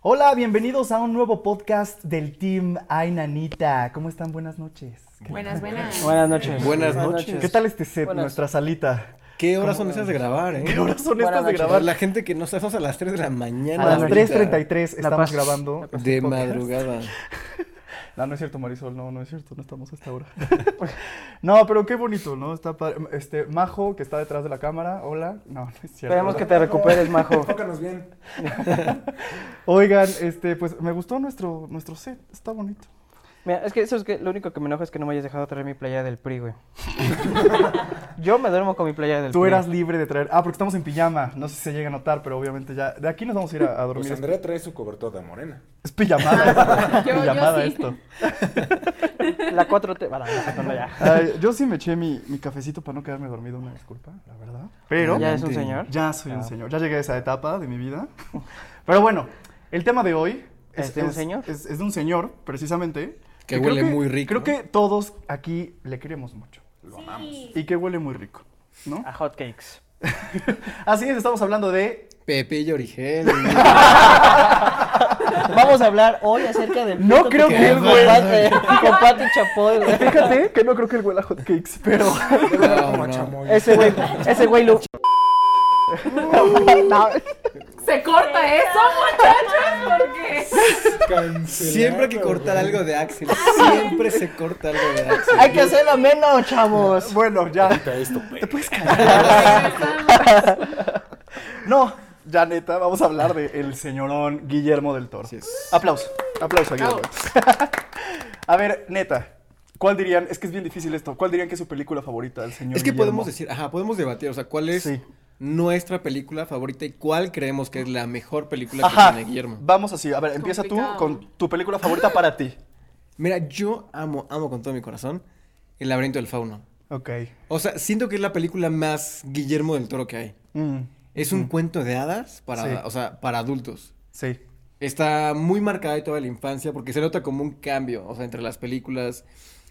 Hola, bienvenidos a un nuevo podcast del Team Ay Nanita. ¿Cómo están? Buenas noches. ¿Qué- Buenas, buenas. Buenas noches. Buenas noches. ¿Qué tal este set, Buenas. nuestra salita? ¿Qué horas son esas de grabar, eh? ¿Qué horas son Buenas estas de noches. grabar? La gente que no sabe, somos a las 3 de la mañana. A las ahorita. 3.33 estamos paz. grabando. este De madrugada. No, no es cierto, Marisol, no, no es cierto, no estamos hasta ahora. no, pero qué bonito, ¿no? Está padre. Este, Majo, que está detrás de la cámara, hola. No, no es cierto. Esperemos que te recuperes, Majo. Enfócanos bien. Oigan, este, pues me gustó nuestro, nuestro set, está bonito. Mira, es que eso es que lo único que me enoja es que no me hayas dejado traer mi playera del PRI, güey. Yo me duermo con mi playera del Tú PRI. eras libre de traer. Ah, porque estamos en pijama. No sé si se llega a notar, pero obviamente ya. De aquí nos vamos a ir a, a dormir. Pues Andrea trae su cobertoda morena. Es pijamada. Yo- yo pijamada sí. esto. La 4T. Bueno, no, no, no, ya. Ay, yo sí me eché mi, mi cafecito para no quedarme dormido, una disculpa, la verdad. Pero Ya ya, es un señor. soy Ah. un señor. Ya llegué a esa etapa de mi vida. Pero bueno, el tema de hoy. ¿Es de un señor? Es, es de un señor, precisamente. Que creo huele muy rico. Creo que todos aquí le queremos mucho. Lo amamos. Y que huele muy rico, ¿no? A hotcakes. Así es, estamos hablando de. Pepe y Origel. Vamos a hablar hoy acerca del. No puto creo que que tuvimos el con güey- Pate- Con Pati Chapoy, güey. Fíjate que no creo que el huela hotcakes, pero. No, Como no. a chamoy. Ese güey, ese güey lo. No, ¿Se corta eso, muchachos? Porque Cancelado. Siempre que cortar algo de Axel. Siempre se corta algo de Axel. hay que hacerlo menos, chavos. Bueno, ya. Quita esto, pe. No, ya neta, vamos a hablar del el señorón Guillermo del Toro. Así es. Aplauso, aplauso a Guillermo. a ver, neta, ¿cuál dirían? Es que es bien difícil esto. ¿Cuál dirían que es su película favorita del señor Es que Guillermo? podemos decir, ajá, podemos debatir, o sea, cuál es Sí. nuestra película favorita y cuál creemos que es la mejor película Ajá, que tiene Guillermo. vamos así. A ver, empieza complicado. tú con tu película favorita para ti. Mira, yo amo, amo con todo mi corazón El laberinto del fauno. Ok. O sea, siento que es la película más Guillermo del Toro que hay. Mm, Es un cuento de hadas para, Sí. o sea, para adultos. sí. Está muy marcada de toda la infancia porque se nota como un cambio, o sea, entre las películas.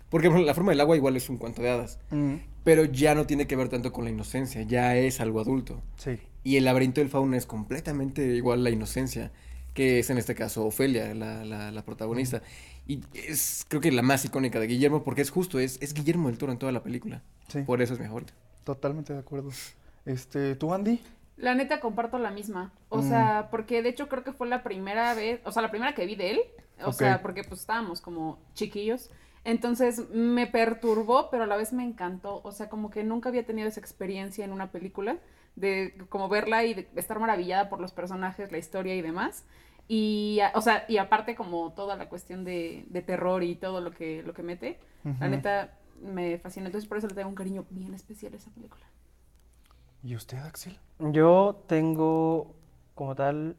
Porque por ejemplo, la forma del agua igual es un cuento de hadas, Mm, pero ya no tiene que ver tanto con la inocencia, ya es algo adulto. sí. Y el laberinto del fauno es completamente igual la inocencia, que es en este caso Ofelia, la, la- la Mm. protagonista. Y es creo que la más icónica de Guillermo porque es justo, es, es Guillermo del Toro en toda la película. Sí. Por eso es mejor. Totalmente de acuerdo. Este, ¿tú, Andy? La neta comparto la misma. O Mm. sea, porque de hecho creo que fue la primera vez, o sea, la primera que vi de él. O Ok. sea, porque pues estábamos como chiquillos. Entonces me perturbó, pero a la vez me encantó. O sea, como que nunca había tenido esa experiencia en una película de como verla y de estar maravillada por los personajes, la historia y demás. Y, a- o sea, y aparte como toda la cuestión de, de terror y todo lo que, lo que mete, la Ujú. neta me fascina. Entonces por eso le tengo un cariño bien especial a esa película. ¿Y usted, Axel? Yo tengo como tal.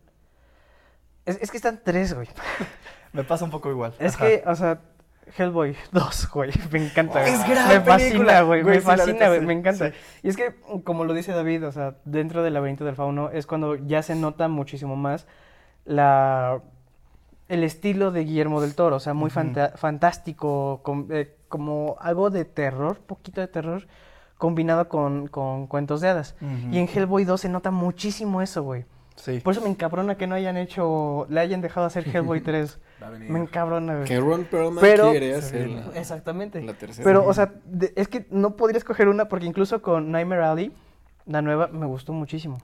Es, es que están tres, güey. Me pasa un poco igual. Es Ajá. que, o sea, Hellboy 2, güey, me encanta. Es güey. gran Me película, fascina, güey, güey, me sí, la neta, fascina, güey, sí, me encanta. sí. Y es que, como lo dice David, o sea, dentro del laberinto del fauno es cuando ya se nota muchísimo más la el estilo de Guillermo del Toro, o sea, muy fanta- fantástico, com- eh, como algo de terror, poquito de terror, combinado con, con cuentos de hadas. Ujú. Y en Hellboy 2 se nota muchísimo eso, güey. Sí. Por eso me encabrona que no hayan hecho, le hayan dejado hacer Hellboy 3. Va a venir. Me encabrona, güey. Que Ron Perlman Pero- quiere hacerla. Exactamente. La tercera. Pero, o sea, de- es que no podría escoger una porque incluso con Nightmare Alley, la nueva, me gustó muchísimo.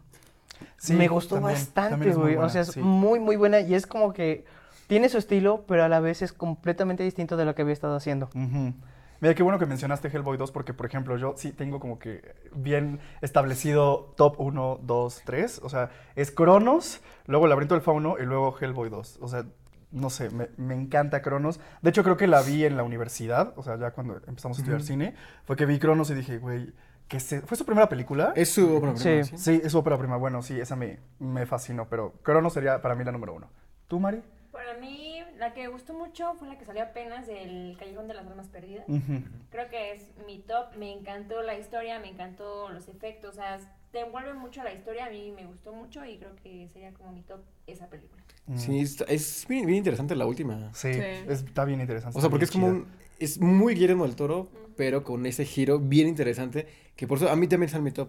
Sí, me gustó también, también bastante, es muy güey. O buena, sea, es sí. muy, muy buena y es como que tiene su estilo, pero a la vez es completamente distinto de lo que había estado haciendo. Ujú. Mira, qué bueno que mencionaste Hellboy 2 porque, por ejemplo, yo sí tengo como que bien establecido top 1, 2, 3. O sea, es Cronos, luego el Laberinto del Fauno y luego Hellboy 2. O sea, no sé, me, me encanta Cronos. De hecho, creo que la vi en la universidad, o sea, ya cuando empezamos a estudiar cine, fue que vi Cronos y dije, güey, ¿qué se... ¿Fue su primera película? Es su obra Sí. prima, ¿sí? Sí, es su ópera prima. Bueno, sí, esa me, me fascinó, pero Cronos sería para mí la número uno. ¿Tú, Mari? Para mí, la que me gustó mucho fue la que salió apenas del Callejón de las Almas Perdidas. Ujú. Creo que es mi top. Me encantó la historia, me encantó los efectos. O sea, te envuelve mucho la historia. A mí me gustó mucho y creo que sería como mi top esa película. Sí, está- es bien, bien interesante la última. Sí, Sí. es- está bien interesante. O sea, está porque bien es como chida. un- Es muy Guillermo del Toro, pero con ese giro bien interesante. Que por eso a mí también está en mi top.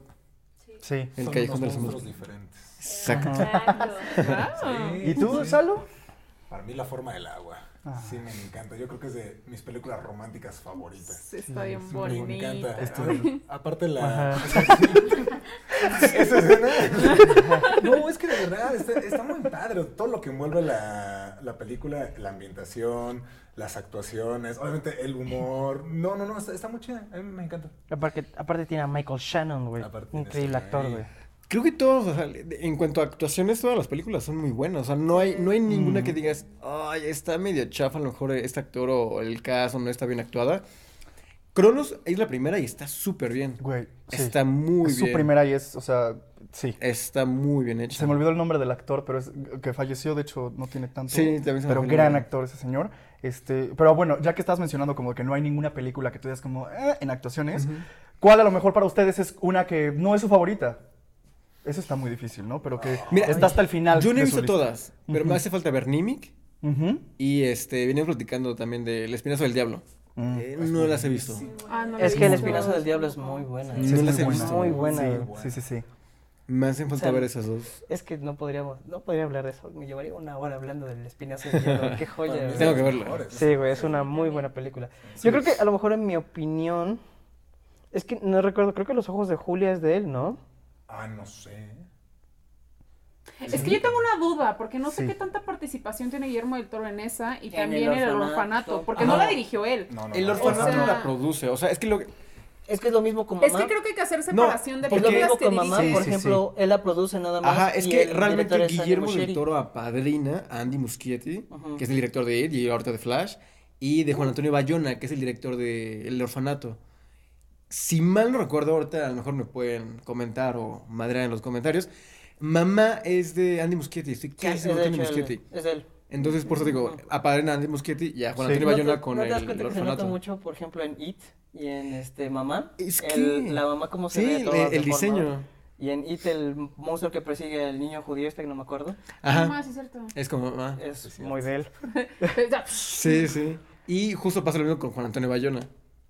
Sí. El Son Callejón unos de los Monstruos. monstruos diferentes. Exacto. Exacto. Wow. ¿Y tú, Sí. Salo? Para mí, La forma del agua. Ah. Sí, me encanta. Yo creo que es de mis películas románticas favoritas. Sí, Está bien Me encanta. bonita. A- Aparte la... Ajá. Esa escena. No, es que de verdad está, está muy padre. Todo lo que envuelve la, la película, la ambientación, las actuaciones, obviamente el humor. No, no, no, está, está muy chida. A mí me encanta. Aparte, aparte tiene a Michael Shannon, güey. Aparte tiene Increíble este actor, güey. güey. Creo que todos, o sea, de- en cuanto a actuaciones, todas las películas son muy buenas. O sea, no hay, no hay ninguna Mm. que digas, ay, está medio chafa, a lo mejor este actor o el caso no está bien actuada. Cronos es la primera y está súper bien. Güey, sí. Está muy Es su bien. primera y es, o sea, sí. Está muy bien hecha. Se me olvidó el nombre del actor, pero es que falleció, de hecho, no tiene tanto. Sí, también se me Pero fue el gran nombre. actor ese señor. Este, pero bueno, ya que estás mencionando como que no hay ninguna película que tú digas como "Eh", en actuaciones, ¿cuál a lo mejor para ustedes es una que no es su favorita? Eso está muy difícil, ¿no? Pero que Mira, está hasta el final. Yo no he de su visto lista. todas, pero me hace falta ver Nimic Ujú. y este, veníamos platicando también del Espinazo del Diablo. Mm. Eh, no las he visto. Ah, no la Es he que El visto. Espinazo del Diablo es muy buena. Sí, Sí, no es las he muy buena. visto. Muy buena. Sí, güey. sí, sí, sí. Me hacen falta O sea, ver esas dos. Es que no podríamos, no podría hablar de eso. Me llevaría una hora hablando del espinazo del diablo. Qué joya. Para mí güey. es Tengo de que las verla. mejores. Sí, güey, es una muy buena película. Yo creo que a lo mejor en mi opinión, es que no recuerdo, creo que Los Ojos de Julia es de él, ¿no? Ah, no sé. Es que yo tengo una duda, porque no sé Sí. qué tanta participación tiene Guillermo del Toro en esa y En también en el el orfanato, orfanato. porque Ajá. no la dirigió él. No, no, El no. orfanato O sea- la produce, o sea, es que lo que... Es que es lo mismo como Es mamá. que creo que hay que hacer No, separación de Es lo películas mismo que con mamá, dirigen. por Sí, sí, ejemplo, él la produce nada más. Ajá, es y que el realmente director es Andy Guillermo del Muschietti. Toro apadrina a Andy Muschietti, Ujú. que es el director de It y ahorita de Flash, y de Juan Antonio Bayona, que es el director de El Orfanato. Si mal no recuerdo, ahorita a lo mejor me pueden comentar o madrear en los comentarios. Mamá es de Andy Muschietti, estoy Sí, casi es, seguro de que Andy hecho Muschietti. él, es él. Entonces, por eso digo, apadrina a Andy Muschietti y a Juan Sí. Antonio ¿No te- Bayona con ¿no te el, das cuenta que se nota Orfanato. mucho, por ejemplo, en It y en este Mamá? Es El- que- la mamá cómo se Sí, ve el, toda el deformada. diseño. Y en It el monstruo que persigue al niño judío este que no me acuerdo. No, Ajá, sí es cierto. es como mamá. Es Ah. Muy de él. Pero ya, Sí, sí. Y justo pasa lo mismo con Juan Antonio Bayona,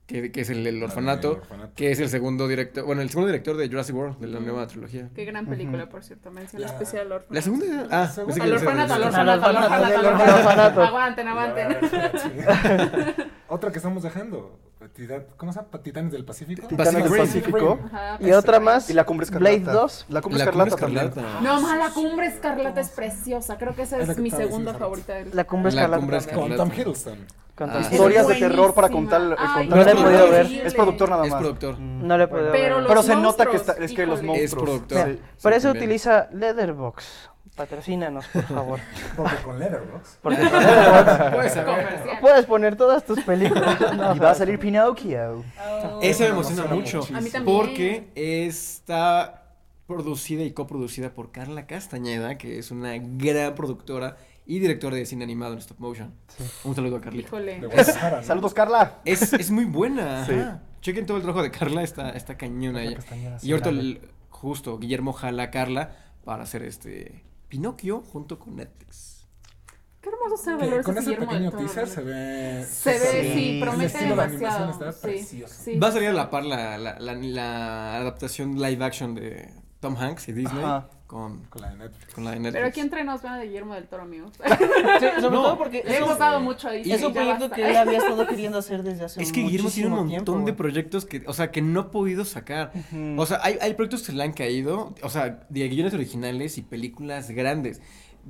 que, que es el, el orfanato, El orfanato. que es el segundo director, bueno, el segundo director de Jurassic World, de la nueva trilogía. Qué gran película, por cierto. Mención La- especial al orfanato. La segunda era- Ah, Segunda- pensé que Al era la orfanato, al tercera. orfanato, al Al orfanato, orfanato, al al orfanato. orfanato. Aguanten, aguanten. Sí. Otra que estamos dejando. Tita- ¿Cómo se llama? ¿Titanes del Pacífico? Titanes Pacific del Rim. Pacífico. Ajá. Y otra más, Y la cumbre Blade escarlata. 2. La cumbre La escarlata. cumbre también. escarlata. No, más la cumbre escarlata es preciosa. Creo que esa Es es la que mi estaba segunda diciendo. favorita del. La cumbre La escarlata. cumbre también. Con Tom Hiddleston. Con Ah, Tom- sí. Historias de Buenísima. terror para contarlo. contar Ay, no la he historias. podido ver. Es productor nada más. Mm. Es productor. No le puedo Pero ver. los Pero se nota que monstruos, está, es que los híjole. monstruos. Es productor. Sí. Sí, Por eso también. utiliza Leatherbox. Patrocínanos, por favor. Porque con Letterbox. Porque con Leatherbox Comercial. puedes poner todas tus películas. No, Y va a salir Pinocchio. Esa me emociona mucho. muchísimo. A mí también. Porque está producida y coproducida por Carla Castañeda, que es una gran productora y directora de cine animado en stop motion. Un saludo a Carlita. Híjole. De Guadalajara, ¿no? Saludos, Carla. Es, es muy buena. Sí. ajá. Chequen todo el trabajo de Carla, está, está cañona Carla ella. Castañeda, sí, Eh, Y ahorita, la el- justo, Guillermo jala a Carla para hacer este Pinocchio junto con Netflix. Qué hermoso se Que ve Con ese pequeño teaser se ve. Se ve, sí, promete El estilo de animación demasiado, está sí. precioso. Sí. Va a salir a la par la, la- la- la adaptación live action de Tom Hanks y Disney Ajá. con, Con la de Netflix. con la de Netflix. Pero aquí entre nos van de Guillermo del Toro, amigos. Sí, sobre No, todo porque Le he es, enfocado mucho ahí. es un proyecto que él había estado queriendo hacer desde hace Es que Guillermo tiene un montón muchísimo de tiempo, güey. proyectos que, o sea, que no ha podido sacar. O sea, hay, hay proyectos que se le han caído, o sea, de guiones originales y películas grandes.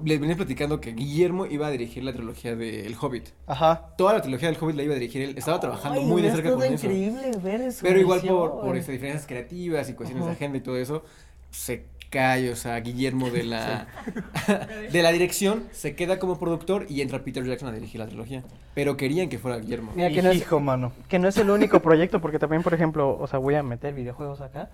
Les venía platicando que Guillermo iba a dirigir la trilogía de El Hobbit. Ajá. Toda la trilogía del Hobbit la iba a dirigir él. Estaba trabajando Ay, muy de hubiera cerca estado con eso. increíble ver eso. Pero igual por, por este, diferencias creativas y cuestiones de agenda y todo eso, se cae, o sea, Guillermo de la de la dirección se queda como productor y entra Peter Jackson a dirigir la trilogía. Pero querían que fuera Guillermo. Mira, que no es- Hijo, mano. que no es el único proyecto, porque también, por ejemplo, o sea, voy a meter videojuegos acá,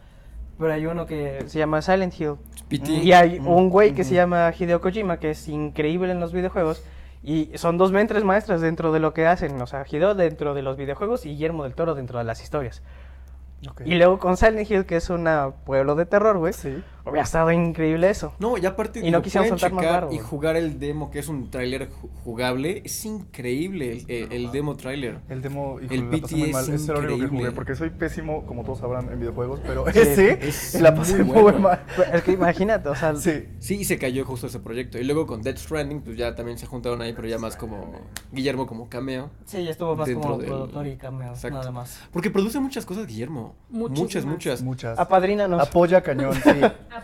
pero hay uno que se llama Silent Hill. PT. Y hay un güey Mm, que se llama Hideo Kojima, que es increíble en los videojuegos, y son dos mentes maestras dentro de lo que hacen, o sea, Hideo dentro de los videojuegos y Guillermo del Toro dentro de las historias. Ok. Y luego con Silent Hill, que es un pueblo de terror, güey. Sí. Hubiera estado increíble eso. No, y aparte, Y no lo quisieron pueden soltar más checar varo, Y güey. jugar el demo, que es un tráiler ju- jugable, es increíble el, el- el demo tráiler. El demo, y El la pasé muy PT mal. es Ese era lo único que increíble. jugué, porque soy pésimo, como todos sabrán, en videojuegos, pero Sí, ese es la pasé muy muy, bueno. mal. Pero es que imagínate, o sea, Sí. Sí, y se cayó justo ese proyecto. Y luego con Death Stranding, pues ya también se juntaron ahí, pero ya más como Guillermo como cameo. Sí, ya estuvo más Dentro como del- productor y cameo, Exacto. nada más. Porque produce muchas cosas, Guillermo. Muchas, Muchísimas. muchas. Muchas. apadrínanos, Apoya cañón, sí.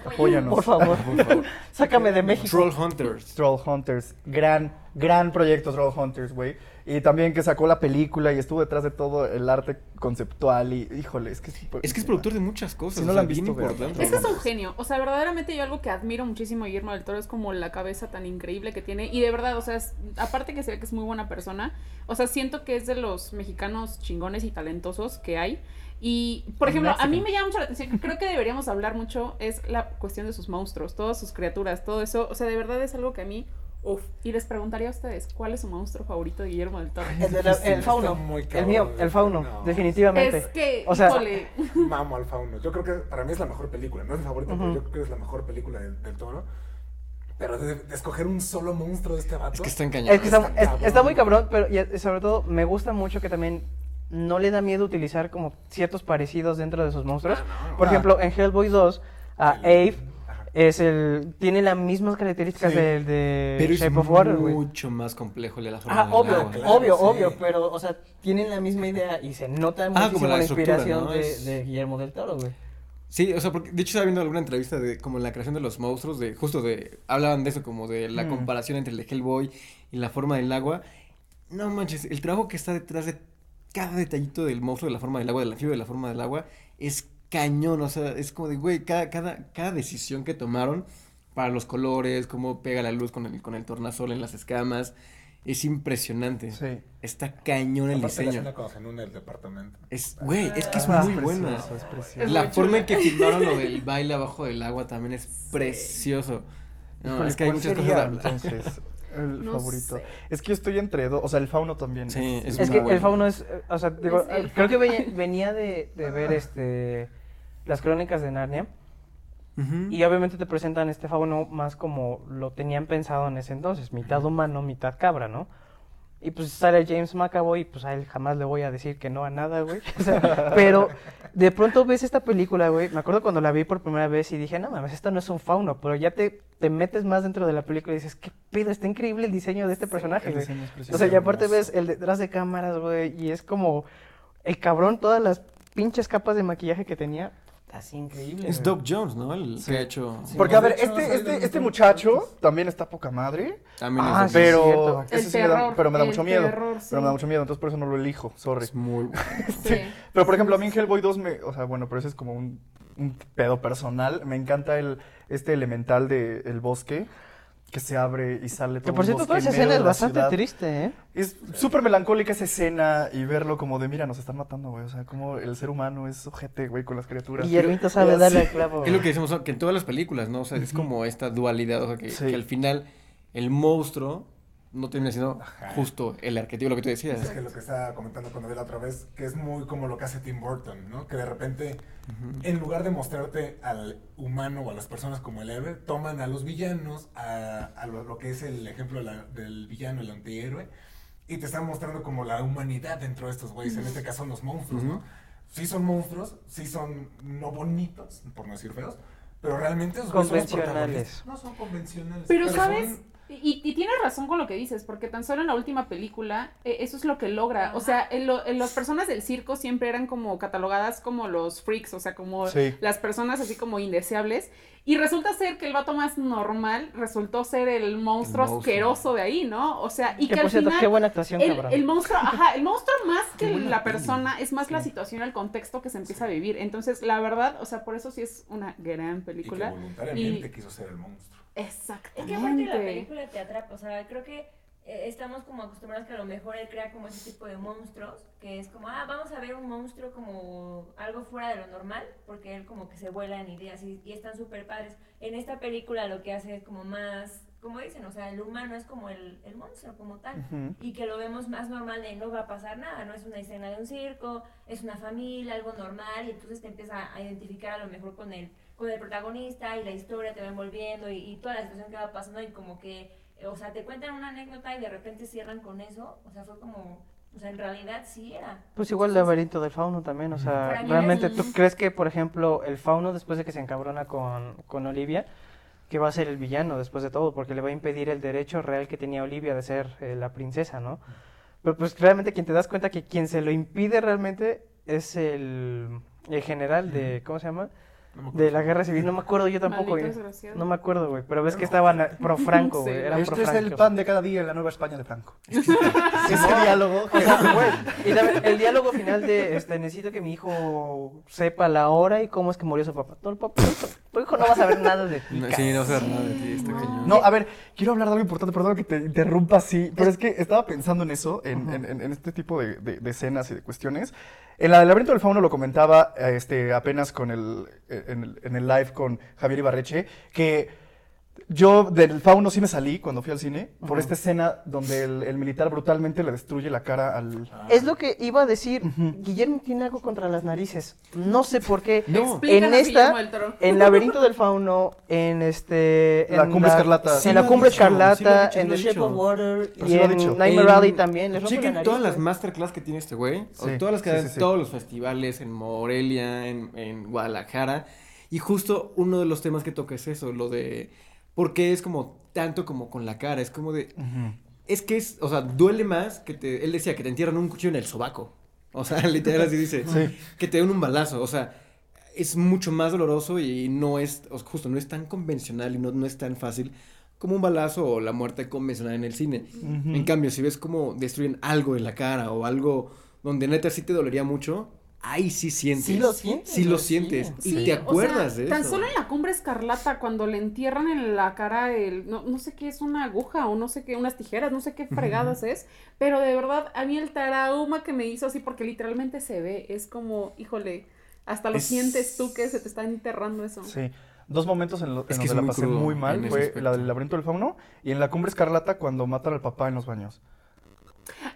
Apóyanos. por favor. Por favor. Sácame de México. Troll Hunters. Troll Hunters, gran, gran proyecto Troll Hunters, güey. Y también que sacó la película y estuvo detrás de todo el arte conceptual y, híjole, es que es, Es que es productor de muchas cosas. Si no o la sea, han bien visto, vean. importante. Es que es un genio. O sea, verdaderamente yo algo que admiro muchísimo a Guillermo del Toro es como la cabeza tan increíble que tiene. Y de verdad, o sea, es- aparte que se ve que es muy buena persona, o sea, siento que es de los mexicanos chingones y talentosos que hay. Y, por ejemplo, a mí me llama mucho la atención, que creo que deberíamos hablar mucho, es la cuestión de sus monstruos, todas sus criaturas, todo eso. O sea, de verdad es algo que a mí... Uf. Y les preguntaría a ustedes, ¿cuál es su monstruo favorito de Guillermo del Toro? El, de la- el fauno. Está muy el cabrón, mío, el fauno, no. definitivamente. Es que, O sea, híjole, Mamo al fauno. Yo creo que para mí es la mejor película. No es mi favorita, pero Ujú. yo creo que es la mejor película del, del toro. Pero de, de escoger un solo monstruo de este vato. Es que está engañado. Es que está, Está es- cabrón, está muy güey. cabrón, pero y, eh, sobre todo me gusta mucho que también no le da miedo utilizar como ciertos parecidos dentro de sus monstruos. Por Ah. ejemplo, en Hellboy 2, a Ah, Abe Ajá. es el, tiene las mismas características Sí. del de Pero es Shape of Water, güey. mucho más complejo el de la forma Ah, del obvio, agua. claro, obvio, sí. obvio, pero, o sea, tienen la misma idea y se nota muchísimo Ah, como la la, estructura, inspiración ¿no? de, Es- de Guillermo del Toro, güey. Sí, o sea, porque de hecho estaba viendo alguna entrevista de como la creación de los monstruos, de justo de hablaban de eso como de la Mm. comparación entre el de Hellboy y la forma del agua. No manches, el trabajo que está detrás de cada detallito del monstruo de la forma del agua, del anfibio de la forma del agua es cañón, o sea, es como de güey, cada cada cada decisión que tomaron para los colores, cómo pega la luz con el con el tornasol en las escamas, es impresionante. Sí. Está cañón el Aparte la diseño. escena cuando se en el departamento. Es güey, es que es Ah, muy precioso, buena. Es precioso. Es La muy forma chula. en que filmaron lo del baile abajo del agua también es precioso. No, Híjole, es que hay ¿cuál muchas sería, cosas. de- Entonces, el No favorito. sé. Es que yo estoy entre dos, o sea, el fauno también. Sí, es Es muy que Ah, bueno. el fauno es, eh, o sea, digo, Es el eh, creo que venía, venía de, de ver este las crónicas de Narnia Ujú. y obviamente te presentan este fauno más como lo tenían pensado en ese entonces, mitad humano, mitad cabra, ¿no? Y pues sale James McAvoy y pues a él jamás le voy a decir que no a nada, güey. O sea, pero de pronto ves esta película, güey. Me acuerdo cuando la vi por primera vez y dije, no mames, esto no es un fauno, pero ya te, te metes más dentro de la película y dices, qué pedo, está increíble el diseño de este personaje, El güey. diseño es precioso. O sea, y aparte ves el detrás de cámaras, güey, y es como el cabrón, todas las pinches capas de maquillaje que tenía. Estás increíble. Es güey. Doc Jones, ¿no? El que ha hecho. Porque, a De ver, hecho, ha este, salido este, en este un- muchacho también está poca madre, También Ah, es, de- sí. pero, cierto. ese El sí me da- terror, pero me da el mucho miedo. terror, Pero me da sí. mucho miedo, entonces por eso no lo elijo, sorry. es muy bueno. sí. Pero por ejemplo, a mí en Hellboy 2 me, o sea, bueno, pero ese es como un, un pedo personal. Me encanta el este elemental de el bosque que se abre y sale todo Que por un cierto, bosque toda esa en medio escena de es la bastante ciudad. triste, ¿eh? Es súper melancólica esa escena y verlo como de, mira, nos están matando, güey. O sea, como el ser humano es ojete, güey, con las criaturas. Guillermito sabe Sí. darle al clavo. Es lo que decimos ¿no? que en todas las películas, ¿no? O sea, es como esta dualidad, o sea, que, Sí. que al final el monstruo no termina siendo justo el arquetipo, lo que tú decías. Es que lo que estaba comentando cuando vi la otra vez, que es muy como lo que hace Tim Burton, ¿no? Que de repente, en lugar de mostrarte al humano o a las personas como el héroe, toman a los villanos, a, a lo, lo que es el ejemplo de la- del villano, el antihéroe, y te están mostrando como la humanidad dentro de estos güeyes, en este caso los monstruos, ¿no? Sí son monstruos, sí son no bonitos, por no decir feos, pero realmente esos güeyes son los Convencionales. protagonistas. No son convencionales. Pero, son- sabes, y, y tienes razón con lo que dices, porque tan solo en la última película, eh, eso es lo que logra. O sea, en lo- en las personas del circo siempre eran como catalogadas como los freaks, o sea, como Sí. las personas así como indeseables. Y resulta ser que el vato más normal resultó ser el monstruo, monstruo. asqueroso de ahí, ¿no? O sea, y que, Que por al cierto, final. qué buena actuación, El, cabrón. el monstruo, ajá, el monstruo más que la persona, es más la situación, el contexto que se empieza a vivir. Entonces, la verdad, o sea, por eso sí es una gran Y que película. voluntariamente Y- quiso ser el monstruo. Exactamente. Es que aparte la película te atrapa, o sea, creo que eh, estamos como acostumbrados que a lo mejor él crea como ese tipo de monstruos, que es como, ah, vamos a ver un monstruo como algo fuera de lo normal, porque él como que se vuela en ideas y, y están súper padres. En esta película lo que hace es como más, como dicen, o sea, el humano es como el, el monstruo como tal. Ujú. Y que lo vemos más normal de no va a pasar nada, no es una escena de un circo, es una familia, algo normal, y entonces te empieza a identificar a lo mejor con el, con el protagonista y la historia te va envolviendo y, y toda la situación que va pasando y como que, eh, o sea, te cuentan una anécdota y de repente cierran con eso, o sea, fue como, o sea, en realidad sí era. Pues igual el laberinto del fauno también, o Para sea, mí realmente es- tú crees que, por ejemplo, el fauno después de que se encabrona con, con Olivia, que va a ser el villano después de todo, porque le va a impedir el derecho real que tenía Olivia de ser eh, la princesa, ¿no? Pero pues realmente quien te das cuenta que quien se lo impide realmente es el, el general de, ¿cómo se llama? De la guerra civil, no me acuerdo yo tampoco, Maldito güey. desgraciado. No me acuerdo, güey, pero ves que estaban a- pro Franco, güey, Sí. eran pro Este es el Franco. pan de cada día en la Nueva España de Franco. Ese diálogo. que- Y la- el diálogo final de este, necesito que mi hijo sepa la hora y cómo es que murió su papá. No, papá, tu hijo no va a saber nada de ti. No, ca- sí, no sé nada de ti, está cañón. No, a ver, quiero hablar de algo importante, perdón que te interrumpa así, pero es que estaba pensando en eso, en, en- en- en este tipo de, de- de escenas y de cuestiones. En la del laberinto del fauno lo comentaba eh, este, apenas con el, eh, en, el- en el live con Javier Ibarreche, que yo del fauno sí me salí cuando fui al cine por esta escena donde el, el militar brutalmente le destruye la cara al... Es lo que iba a decir. Guillermo tiene algo contra las narices. No sé por qué. Explícanos, en esta, Guillermo del Toro. en Laberinto del Fauno, en este. La en Cumbre Escarlata. En Sí la lo ha Cumbre dicho, sí lo ha Escarlata, dicho, en The lo ha Shape dicho. of Water Pero y sí lo ha en dicho. Nightmare En- Rally también. Les rompe la Chequen nariz, todas las güey. masterclass que tiene este güey. o Sí, todas las que sí, dan sí, sí. en todos los festivales, en Morelia, en, en Guadalajara. Y justo uno de los temas que toca es eso, lo de por qué es como tanto como con la cara. Es como de. Es que es, o sea, duele más que te. Él decía que te entierran un cuchillo en el sobaco. O sea, literal así dice. Que te den un balazo. O sea, es mucho más doloroso y no es, o sea, justo, no es tan convencional y no, no es tan fácil como un balazo o la muerte convencional en el cine. En cambio, si ves cómo destruyen algo en la cara o algo donde neta sí te dolería mucho, ahí sí sientes. Sí lo sientes, Sí lo lo sientes. sientes. Y Sí, te o sea, acuerdas de eso. Tan solo en la cumbre escarlata, cuando le entierran en la cara el, no, no sé qué es una aguja o no sé qué, unas tijeras, no sé qué fregadas es, pero de verdad, a mí el trauma que me hizo así, porque literalmente se ve, es como, híjole, hasta lo Es- sientes tú que se te está enterrando eso. Sí. Dos momentos en, lo, en Es que es donde la muy pasé crudo muy mal en ese fue aspecto. la del laberinto del fauno y en la cumbre escarlata cuando matan al papá en los baños.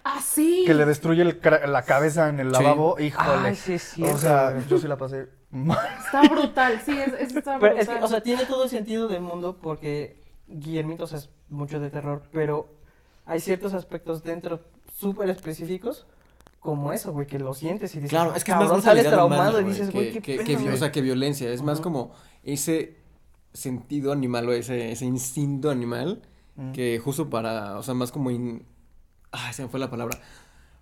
Ah, sí. que le destruye el cra- la cabeza en el Sí. lavabo, híjole. Ay, sí, sí. o sea, yo sí la pasé mal. Está brutal, sí, es, es- está Pero brutal. es que, o sea, tiene todo el sentido del mundo porque Guillermito, o sea, es mucho de terror, pero hay ciertos aspectos dentro súper específicos como eso, güey, que lo sientes y dices, "Ah, Claro, es que es cabrón, más sales brutalidad traumado humana, y dices, güey, que- qué que- pedo, que- güey". O sea, que violencia. Es más como ese sentido animal o ese, ese instinto animal que justo para, o sea, más como... in- Ah, se me fue la palabra.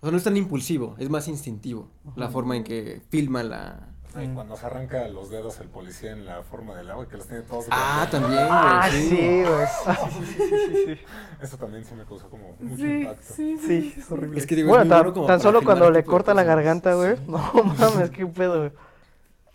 O sea, no es tan impulsivo, es más instintivo la forma en que filma la... Ay, cuando se arranca los dedos el policía en la forma del agua y que los tiene todos. Ah, también, güey, Ah, sí. sí, güey. Eso también se me causó como mucho sí, impacto. sí, sí. Sí, es horrible. Es que digo, es Bueno, muy tan, bueno como tan para solo filmar cuando ese le tipo de corta la cosas. garganta, güey. No mames, qué pedo, güey.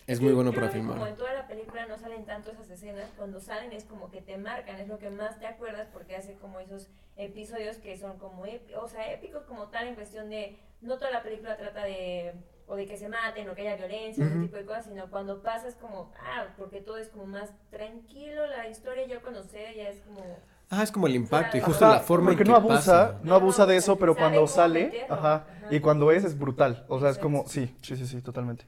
Es muy bueno Creo para que Como filmar. en toda la película no salen tanto esas escenas, cuando salen es como que te marcan, es lo que más te acuerdas porque hace como esos episodios que son como, ép- o sea, épicos como tal en cuestión de, no toda la película trata de, o de que se maten, o que haya violencia, ese tipo de cosas, sino cuando pasas como, ah, porque todo es como más tranquilo, la historia ya conocida, ya es como... Ah, es como el impacto y Ajá, justo la forma en porque que no abusa, pasa. no abusa de eso, Sabe pero cuando cómo sale, meterlo. ajá, y Ajá. cuando es es brutal. O sea, es como, Exacto. sí, sí, sí, sí, totalmente.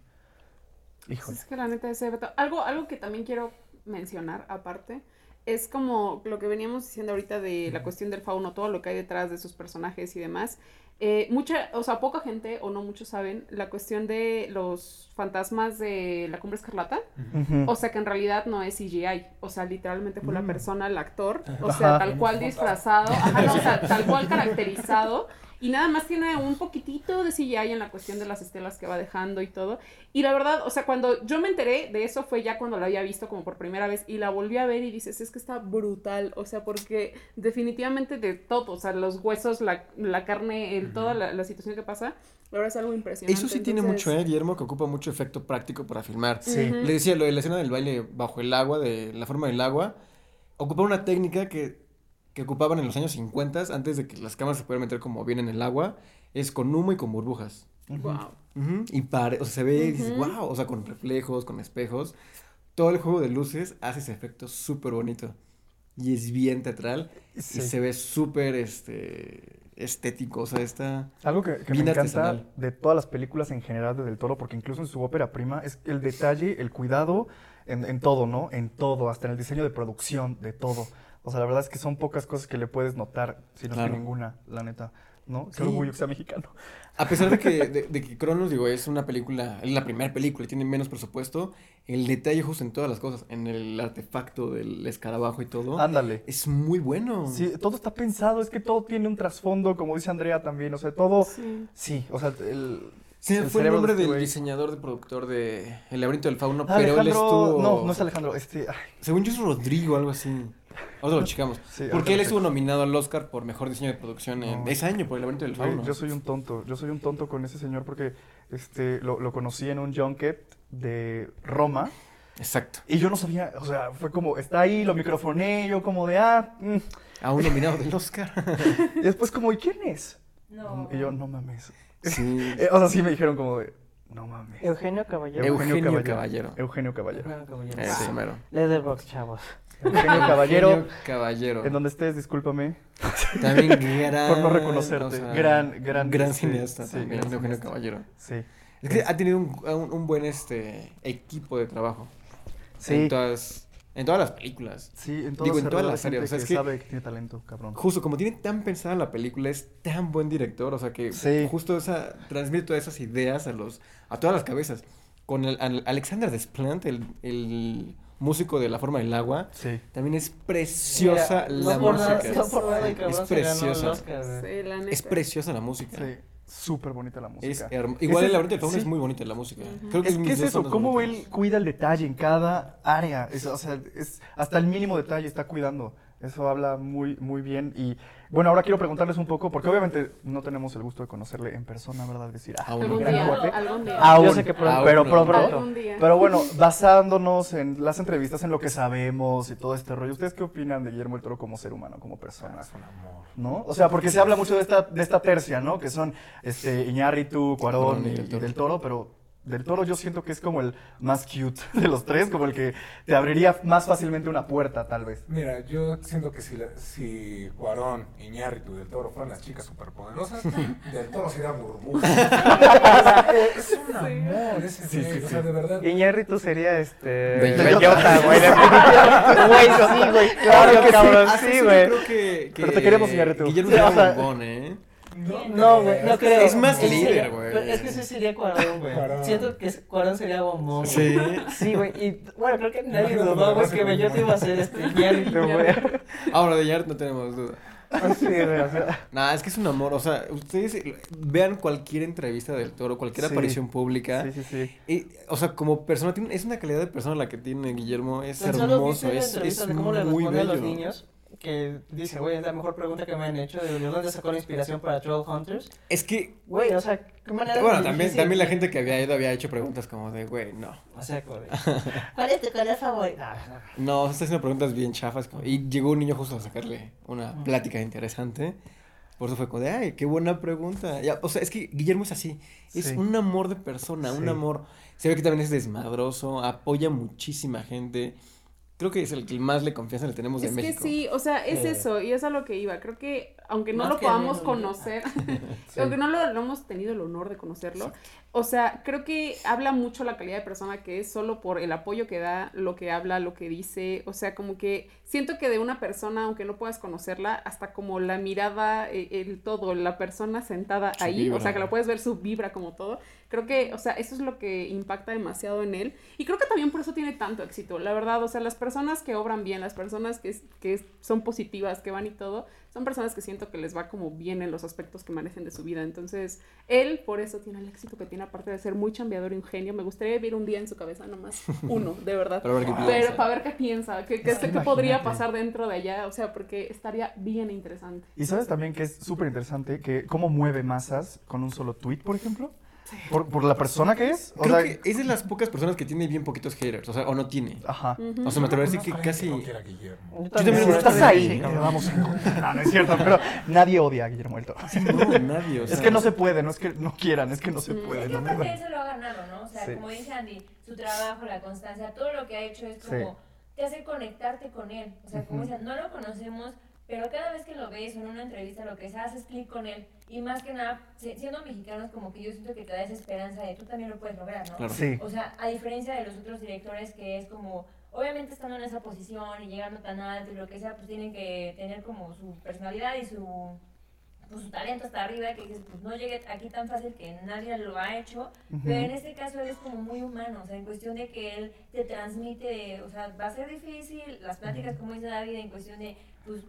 Híjole. Es que la neta ese Beto- Algo, algo que también quiero mencionar aparte es como lo que veníamos diciendo ahorita de la cuestión del fauno, todo lo que hay detrás de sus personajes y demás. Eh, mucha, o sea, poca gente o no muchos saben la cuestión de los fantasmas de la cumbre escarlata. Ujú. O sea, que en realidad no es CGI. O sea, literalmente fue la Mm. persona, el actor. O Ajá. sea, tal cual disfrazado. Ajá, no, o sea, tal cual caracterizado. Y nada más tiene un poquitito de CGI en la cuestión de las estelas que va dejando y todo. Y la verdad, o sea, cuando yo me enteré de eso fue ya cuando la había visto como por primera vez y la volví a ver y dices, es que está brutal. O sea, porque definitivamente de todo, o sea, los huesos, la, la carne, el, toda la, la situación que pasa, la verdad es algo impresionante. Eso sí tiene Entonces, mucho, ¿eh, Guillermo? Que ocupa mucho efecto práctico para filmar. Sí. Le decía, lo de la escena del baile bajo el agua, de la forma del agua, ocupaba una técnica que, que ocupaban en los años 50, antes de que las cámaras se pudieran meter como bien en el agua, es con humo y con burbujas. Wow. Ujú, Y pare- o sea, se ve y dices, wow, o sea, con reflejos, con espejos. Todo el juego de luces hace ese efecto súper bonito. y es bien teatral Sí. y se ve súper este, estético, o sea, está... Algo que, que me Bien encanta artesanal. de todas las películas en general de Del Toro, porque incluso en su ópera prima, es el detalle, el cuidado en, en todo, ¿no? En todo, hasta en el diseño de producción, de todo. O sea, la verdad es que son pocas cosas que le puedes notar, sino Claro. que ninguna, la neta. ¿No? Qué Sí. orgullo que sea mexicano. A pesar de que, de, de que Cronos, digo, es una película, es la primera película, y tiene menos presupuesto, el detalle justo en todas las cosas, en el artefacto del escarabajo y todo, Ándale. es muy bueno. Ah. Sí, todo está pensado, es que todo tiene un trasfondo, como dice Andrea también. O sea, todo. Sí. Sí, o sea, el. Se me el fue cerebro el de nombre este del güey. diseñador, de productor de El laberinto del fauno, Ah, pero él Alejandro. estuvo... No, no es Alejandro. Este. ay, Según yo es Rodrigo, algo así. Ahora lo checamos. Sí, ahorita Porque él lo estuvo nominado al Oscar por mejor diseño de producción en No. ese año por el laberinto del Güey, fauno. Pues yo soy un tonto, yo soy un tonto con ese señor porque este, lo, lo conocí en un junket de Roma Exacto. y yo no sabía, o sea, fue como, está ahí, lo microfoné, yo como de, ah, mm. A un nominado del Oscar. y después como, ¿y quién es? No. Y yo, no mames. sí. Eh, o sea, sí me dijeron como de, no mames. Eugenio Caballero. Eugenio Caballero. Eugenio Caballero. Eugenio Caballero. Ese Ah, mero. Letterboxd, chavos. Eugenio Caballero. Eugenio Caballero. En donde estés, discúlpame También gran. por no reconocerte. Gran, gran, Gran este, cineasta sí, también, gran Eugenio cineasta. Caballero. Sí. Es que ha tenido un, un- un buen este, equipo de trabajo. Sí. En todas, en todas las películas. Sí, en todas, Digo, en se todas rodean las de gente áreas, o sea, que es que- sabe que tiene talento, cabrón. Justo, como tiene tan pensada la película, es tan buen director, o sea que Sí. justo esa, transmite todas esas ideas a los, a todas las cabezas. Con el, al- Alexander Desplat, el, el músico de La Forma del Agua, Sí. también es preciosa Mira, la no por nada- música. no por nada el cabrón Es se ganó el preciosa. Oscar, güey. Sí, la neta. es preciosa la música. Sí, súper bonita la música. Es hermo- Igual Ese- el laberinto del fauna sí. es muy bonita la música. Creo que Es mis que es dos eso, bandas cómo favoritas. él cuida el detalle en cada área. Es- o sea, es, hasta el mínimo detalle está cuidando. Eso habla muy, muy bien. Y bueno, ahora quiero preguntarles un poco, porque obviamente no tenemos el gusto de conocerle en persona, ¿verdad? Decir, ah, Aún Algún gran día, cuate. algún día. Aún, Yo sé que pronto. pero Aún no. Ah, pronto. Algún día. Pero bueno, basándonos en las entrevistas, en lo que sabemos y todo este rollo, ¿ustedes qué opinan de Guillermo el Toro como ser humano, como persona? Es un amor. ¿no? O sea, porque se habla mucho de esta, de esta tercia, ¿no? Que son este, Iñárritu, Cuarón y, y del, toro. pero del Toro yo siento que es como el más cute de los tres, como el que te abriría más fácilmente una puerta, tal vez. Mira, yo siento que si, la- si Cuarón, Iñárritu y Del Toro fueran las chicas superpoderosas, Del Toro sería burbuja. O sea, es un amor ese güey, o sea, de verdad. Iñárritu sería este. Eh, Bellota. Bellota, güey. definitivamente. Güey, sí, güey. Claro, cabrón, Ah, sí, yo güey. creo que, que Pero te queremos, Iñárritu. Guillermo Sí, era o sea- bombón, ¿eh? No, güey, no creo. Es más que líder, sería- güey. pero Es que sí sería Cuarón, güey. Cuarón. Siento que Cuarón sería bombón. güey. Sí. Sí, güey. Y bueno, creo que nadie Imagínate dudó, güey, agarrarse que con Bellota Iñárritu. iba a ser este Iñárritu, güey. Ahora de Iñárritu no tenemos duda. Sí, güey, o sea. Nah, es que es un amor. O sea, ustedes eh, vean cualquier entrevista del toro, cualquier Sí. aparición pública. sí, sí. y, o sea, como persona, tiene- es una calidad de persona la que tiene Guillermo. Es Tan solo hermoso, viste la es, entrevista es de cómo le muy responde bello. a los niños. Que dice, güey, es la mejor pregunta que me han hecho. ¿De dónde sacó la inspiración para Troll Hunters? Es que, Güey, o sea, qué manera. bueno, tan también, difícil. también la gente que había ido había hecho preguntas como de, güey, no. O sea, como de, ¿cuál es tu color favorito? Ah, no. No, o sea, está haciendo preguntas bien chafas. como- Y llegó un niño justo a sacarle una plática interesante. Por eso fue como de, ay, qué buena pregunta. Ya, o sea, es que Guillermo es así. Es Sí. un amor de persona, un Sí. amor. Se ve que también es desmadroso, apoya muchísima gente. Creo que es el que más le confianza le tenemos de Es que Pues México. sí, o sea, es Eh. eso, y es a lo que iba. Creo que, aunque no Más lo que podamos de- conocer, aunque no lo, no hemos tenido el honor de conocerlo, o sea, creo que habla mucho la calidad de persona que es solo por el apoyo que da, lo que habla, lo que dice, o sea, como que siento que de una persona, aunque no puedas conocerla, hasta como la mirada, eh, el, todo, la persona sentada Su ahí, o vibra. sea, que la puedes ver su vibra como todo, creo que, o sea, eso es lo que impacta demasiado en él. Y creo que también por eso tiene tanto éxito, la verdad. O sea, las personas que obran bien, las personas que, es- que es- son positivas, que van y todo, son personas que siento que les va como bien en los aspectos que manejen de su vida. Entonces, él por eso tiene el éxito que tiene, aparte de ser muy chambeador y un genio. Me gustaría vivir un día en su cabeza nomás, uno, de verdad. Para ver qué Pero piensa. para ver qué piensa, qué, qué, Es que qué podría ah, imagínate. pasar dentro de allá, o sea, porque estaría bien interesante. Y sabes también que es súper interesante que cómo mueve masas con un solo tweet, por ejemplo. Por, por la persona que es. O Creo sea, que es de las pocas personas que tiene bien poquitos haters, o sea, o no tiene. Ajá. Mm. O sea, me atrevo a decir No que creen casi... no quiera a Guillermo. Yo también Si creo estás que- ahí, Sí, te no. vamos a encontrar. No, no es cierto, pero nadie odia a Guillermo el Toro. No, nadie, o sea, Es que no se puede, no es que no quieran, es que no se puede. Es que no aparte puede. de eso lo ha ganado, ¿no? O sea, Sí. como dice Andy, su trabajo, la constancia, todo lo que ha hecho es Sí. como te hace conectarte con él. O sea, como dicen, no lo conocemos, pero cada vez que lo ves o en una entrevista, lo que se hace es clic con él. Y más que nada, si- siendo mexicanos, como que yo siento que te da esa esperanza de tú también lo puedes lograr, ¿no? Claro. Sí. O sea, a diferencia de los otros directores que es como, obviamente estando en esa posición y llegando tan alto y lo que sea, pues tienen que tener como su personalidad y su, pues, su talento hasta arriba, que dices, pues no llegué aquí tan fácil que nadie lo ha hecho, pero en este caso él es como muy humano, o sea, en cuestión de que él te transmite, de, o sea, va a ser difícil, las pláticas, como dice David, en cuestión de, pues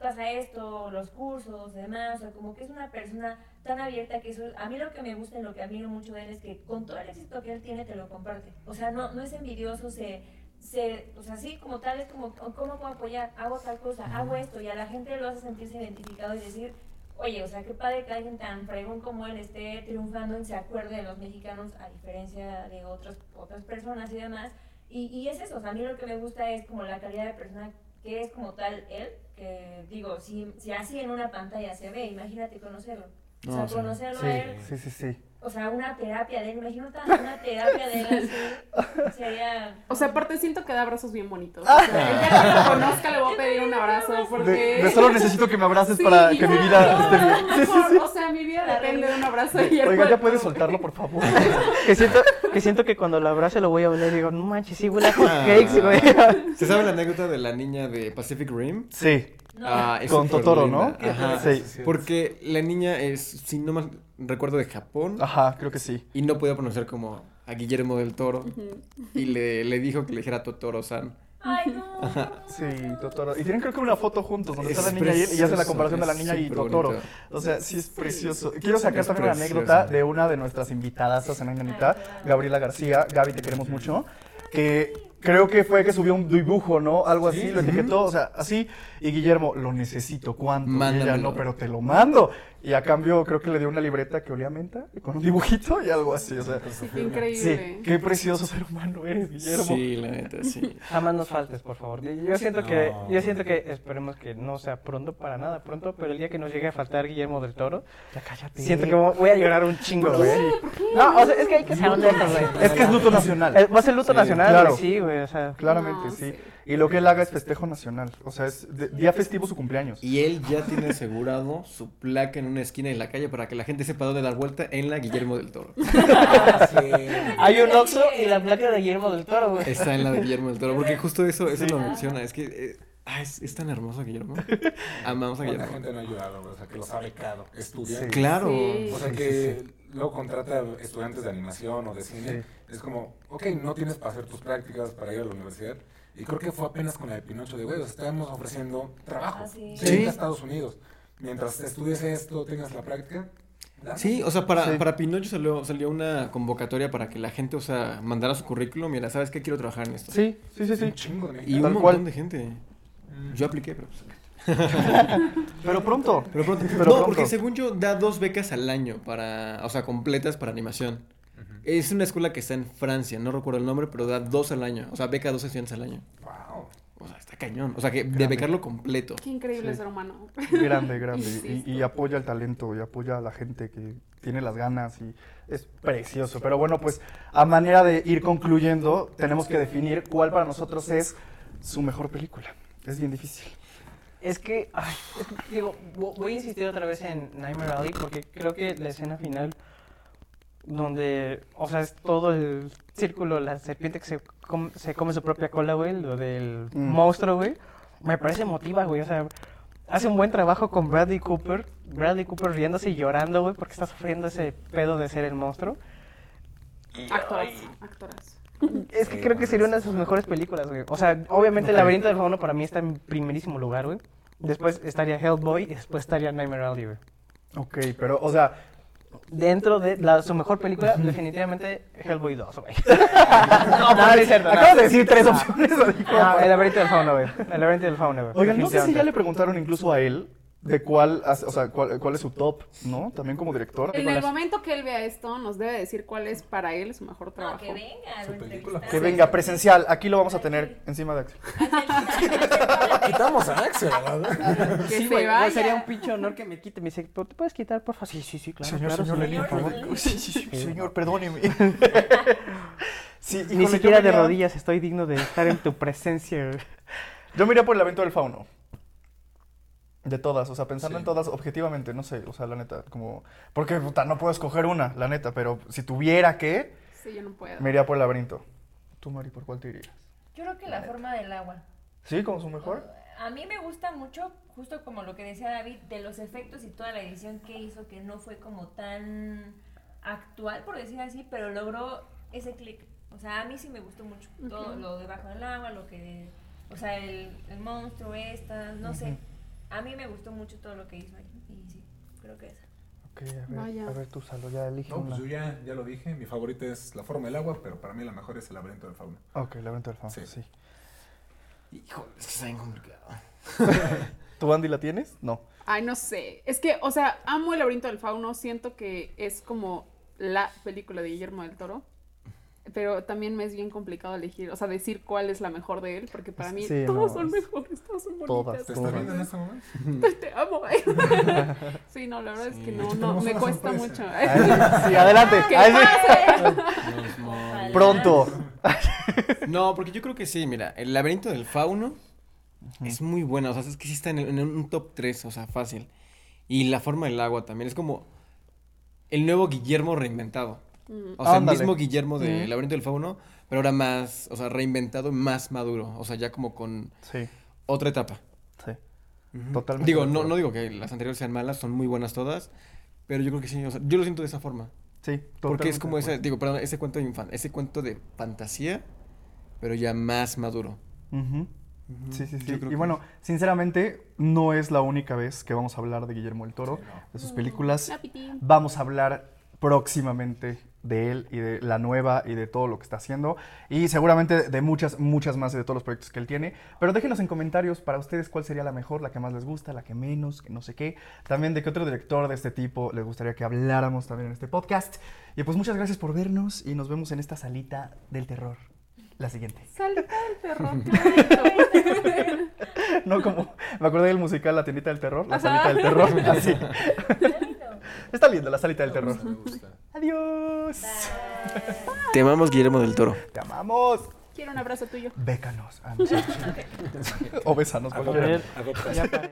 pasa esto, los cursos, demás, o sea, como que es una persona tan abierta que eso, a mí lo que me gusta y lo que admiro mucho de él es que con todo el éxito que él tiene te lo comparte, o sea, no, no es envidioso, se, se, o sea, sí, como tal, es como, o- ¿cómo puedo apoyar? Hago tal cosa, hago esto, y a la gente lo hace sentirse identificado y decir, oye, o sea, qué padre que alguien tan fregón como él esté triunfando y se acuerde de los mexicanos, a diferencia de otras otras personas y demás, y, y es eso, o sea, a mí lo que me gusta es como la calidad de persona que es como tal él, que digo, si, si así en una pantalla se ve, imagínate conocerlo. O sea, No, sí. conocerlo a Sí, él, sí, sí, sí. o sea, una terapia de él, imagínate una terapia de él así, sería... O sea, aparte siento que da abrazos bien bonitos. O sea, el día que lo conozca le voy a pedir un abrazo porque... De, de solo necesito que me abraces Sí, para y que mi ya, vida no, esté bien. no, Sí, sí, mejor, sí. O sea, mi vida depende de un abrazo y el Oiga, ¿ya cuerpo. puedes soltarlo, por favor? Que siento, que siento que cuando lo abrace lo voy a oler y digo, no manches, sí huele a hot cakes, güey. Ah. ¿Se sabe la anécdota de la niña de Pacific Rim? Sí. No, Ah, es Con súper Totoro, linda. ¿no? Ajá. Sí. Porque la niña es, si no mal recuerdo, de Japón. Ajá, creo que sí. Y no podía pronunciar como a Guillermo del Toro. Y le, le dijo que le dijera Totoro-san. Ay, no. Sí, Totoro. Y tienen creo que una foto juntos donde Es está la niña y él y hacen la precioso, comparación de la es niña y súper Totoro. bonito. O sea, sí es precioso. Quiero sacar Es también una precioso. anécdota de una de nuestras invitadas esta semanita, Gabriela García. Gaby, te queremos mucho. Que creo que fue que subió un dibujo, ¿no? Algo así, lo etiquetó, o sea, así. Y Guillermo, lo necesito, ¿cuánto? Y ella, Mándamelo. no, pero te lo mando. Y a cambio creo que le dio una libreta que olía a menta con un dibujito y algo así, o sea. Sí, qué increíble. Sí, qué precioso ser humano eres, Guillermo. Sí, la neta, sí. Jamás nos faltes, por favor. Yo siento que, No. yo siento que esperemos que no sea pronto, para nada pronto, pero el día que nos llegue a faltar Guillermo del Toro, Ya cállate. siento que voy a llorar un chingo, güey. No, o sea, es que hay que ser honestos, güey. ¿eh? Es que es luto nacional. Eh, Va a ser luto nacional, claro. güey, sí, güey, o sea. Claramente, No, sí. sí. Y lo que él haga es festejo nacional. O sea, es de- día festivo su cumpleaños. Y él ya tiene asegurado su placa en una esquina de la calle para que la gente sepa dónde dar vuelta en la Guillermo del Toro. Ah, sí. Hay un Oxxo y la placa de Guillermo del Toro, güey. Está en la de Guillermo del Toro, porque justo eso, eso lo menciona. Es que eh, ah, es, es tan hermoso Guillermo. Amamos a ¿Cuánta Guillermo. gente no ha ayudado, güey? O sea, que los ha becado, estudia. Sí. Claro. Sí. O sea, que luego contrata estudiantes de animación o de cine. Es como, ok, no tienes para hacer tus prácticas, para ir a la universidad. Y creo que fue apenas con la de Pinocho de, güey, o sea, estamos ofreciendo trabajo. Ah, sí. Vente a Estados Unidos. Mientras estudies esto, tengas la práctica. dale. Sí, o sea, para, Sí. para Pinocho salió, salió una convocatoria para que la gente, o sea, mandara su currículum. Mira, ¿sabes qué? Quiero trabajar en esto. Sí, sí, sí, Es un sí. chingo de Y un mexicanos. Tal montón cual. de gente. Yo apliqué, pero pues, Pero pronto. Pero pronto. Pero no, pronto. porque según yo da dos becas al año para, o sea, completas para animación. Es una escuela que está en Francia, no recuerdo el nombre, pero da dos al año. O sea, beca dos sesiones al año. Wow. O sea, está cañón. O sea, que de becarlo completo. Qué increíble Sí. ser humano. Grande, grande. Sí. Y, y apoya el talento y apoya a la gente que tiene las ganas y es precioso. Pero bueno, pues a manera de ir concluyendo, tenemos que definir cuál para nosotros es su mejor película. Es bien difícil. Es que, ay, es que, digo, vo- voy a insistir otra vez en Nightmare Alley porque creo que la escena final donde, o sea, es todo el círculo, la serpiente que se come, se come su propia cola, güey, lo del Mm. monstruo, güey, me parece emotiva, güey, o sea, hace un buen trabajo con Bradley Cooper, Bradley Cooper riéndose y llorando, güey, porque está sufriendo ese pedo de ser el monstruo. Actoras, actoras. pues, Es que creo que sería una de sus mejores películas, güey. O sea, obviamente El laberinto del fauno para mí está en primerísimo lugar, güey. Después estaría Hellboy y después estaría Nightmare Alley, güey. Ok, pero, o sea, Dentro de la- su mejor película, definitivamente Hellboy 2, güey. pues, no, no, es cierto, no. Ah, acabas de decir tres opciones. No, El laberinto del fauno, güey. El laberinto del fauno, güey. Oigan, no sé si ya Definitivamente. le preguntaron incluso a él de cuál, hace- o sea, cuál, cuál es su top, ¿no? También como director. En el momento que él vea esto, nos debe decir cuál es para él su mejor No, trabajo. que venga, Su lo película. entrevistamos. Que venga presencial, aquí lo vamos a tener encima de Axel. Quitamos a Axel, ¿verdad? Que Sí, se güey, güey, vaya. sería un pinche honor que me quite. Me dice, ¿te puedes quitar, por favor? Sí, sí, sí, claro. Señor, claro, señor señor. Eh, Lenin, por favor. Señor Sí, sí, sí, Señor, perdóneme. Sí, híjole, Ni yo siquiera me de iría- rodillas estoy digno de estar en tu presencia. güey. Yo me iría por el laberinto del fauno. De todas, o sea, pensando Sí. en todas objetivamente, no sé, o sea, la neta, como... Porque, puta, no puedo escoger una, la neta, pero si tuviera que, Sí, yo no puedo. me iría por el laberinto. ¿Tú, Mari, por cuál te irías? Yo creo que la forma del agua. ¿Sí? ¿Como su mejor? A mí me gusta mucho, justo como lo que decía David, de los efectos y toda la edición que hizo, que no fue como tan actual, por decir así, pero logró ese clic. O sea, a mí sí me gustó mucho. Todo Ok. lo debajo del agua, lo que. O sea, el, el monstruo, estas, no sé. A mí me gustó mucho todo lo que hizo ahí. Y sí, creo que esa. Ok, a ver, Vaya. a ver tú, Salo, ya elige No, una. pues yo ya, ya lo dije, mi favorita es la forma del agua, pero para mí la mejor es el laberinto del fauna. Ok, laberinto del fauno, sí. Sí. Híjole, es que está bien complicado. ¿Tú, Andy, la tienes? No. Ay, no sé. Es que, o sea, amo El laberinto del fauno. Siento que es como la película de Guillermo del Toro. Pero también me es bien complicado elegir, o sea, decir cuál es la mejor de él, porque para mí Sí, todas no, son es- mejores, todas son bonitas. todas, ¿Te Todo está bien. viendo en este momento? Te, te amo. sí, no, la verdad es que Sí. no, Oye, no, tenemos me una cuesta sorpresa. Ay, mucho. Sí, adelante. ¡Que Ay, sí. pase! Los monos. Pronto. No, porque yo creo que sí, mira, el laberinto del fauno es muy buena, o sea, es que sí está en, el- en un top 3, o sea, fácil. Y la forma del agua también, es como el nuevo Guillermo reinventado. Mm. O sea, Ándale. el mismo Guillermo del laberinto del fauno, pero ahora más, o sea, reinventado, más maduro, o sea, ya como con Sí, otra etapa. sí. Totalmente. Digo, de no, acuerdo. no digo que las anteriores sean malas, son muy buenas todas, pero yo creo que sí, o sea, yo lo siento de esa forma. Sí, Porque totalmente es como de ese, acuerdo. digo, perdón, ese cuento de infan- ese cuento de fantasía, pero ya más maduro. Ujú. Sí, sí, sí. Yo creo Y que bueno, sinceramente, no es la única vez que vamos a hablar de Guillermo el Toro, de sus películas. La piti. Vamos a hablar próximamente de él y de la nueva y de todo lo que está haciendo y seguramente de muchas, muchas más y de todos los proyectos que él tiene. Pero déjenos en comentarios para ustedes cuál sería la mejor, la que más les gusta, la que menos, que no sé qué. También de qué otro director de este tipo les gustaría que habláramos también en este podcast. Y pues muchas gracias por vernos y nos vemos en esta salita del terror. La siguiente. Salta el perro. No como, me acordé del musical La tiendita del terror, La Ajá. salita del terror, así. Lindo. Está lindo, La salita del Me terror. gusta, me gusta. Adiós. Bye. Te amamos, Guillermo del Toro. Te amamos. Quiero un abrazo tuyo. Bécanos. Ah, no, sí. o besanos. cualquiera. Adopta. Ya paré.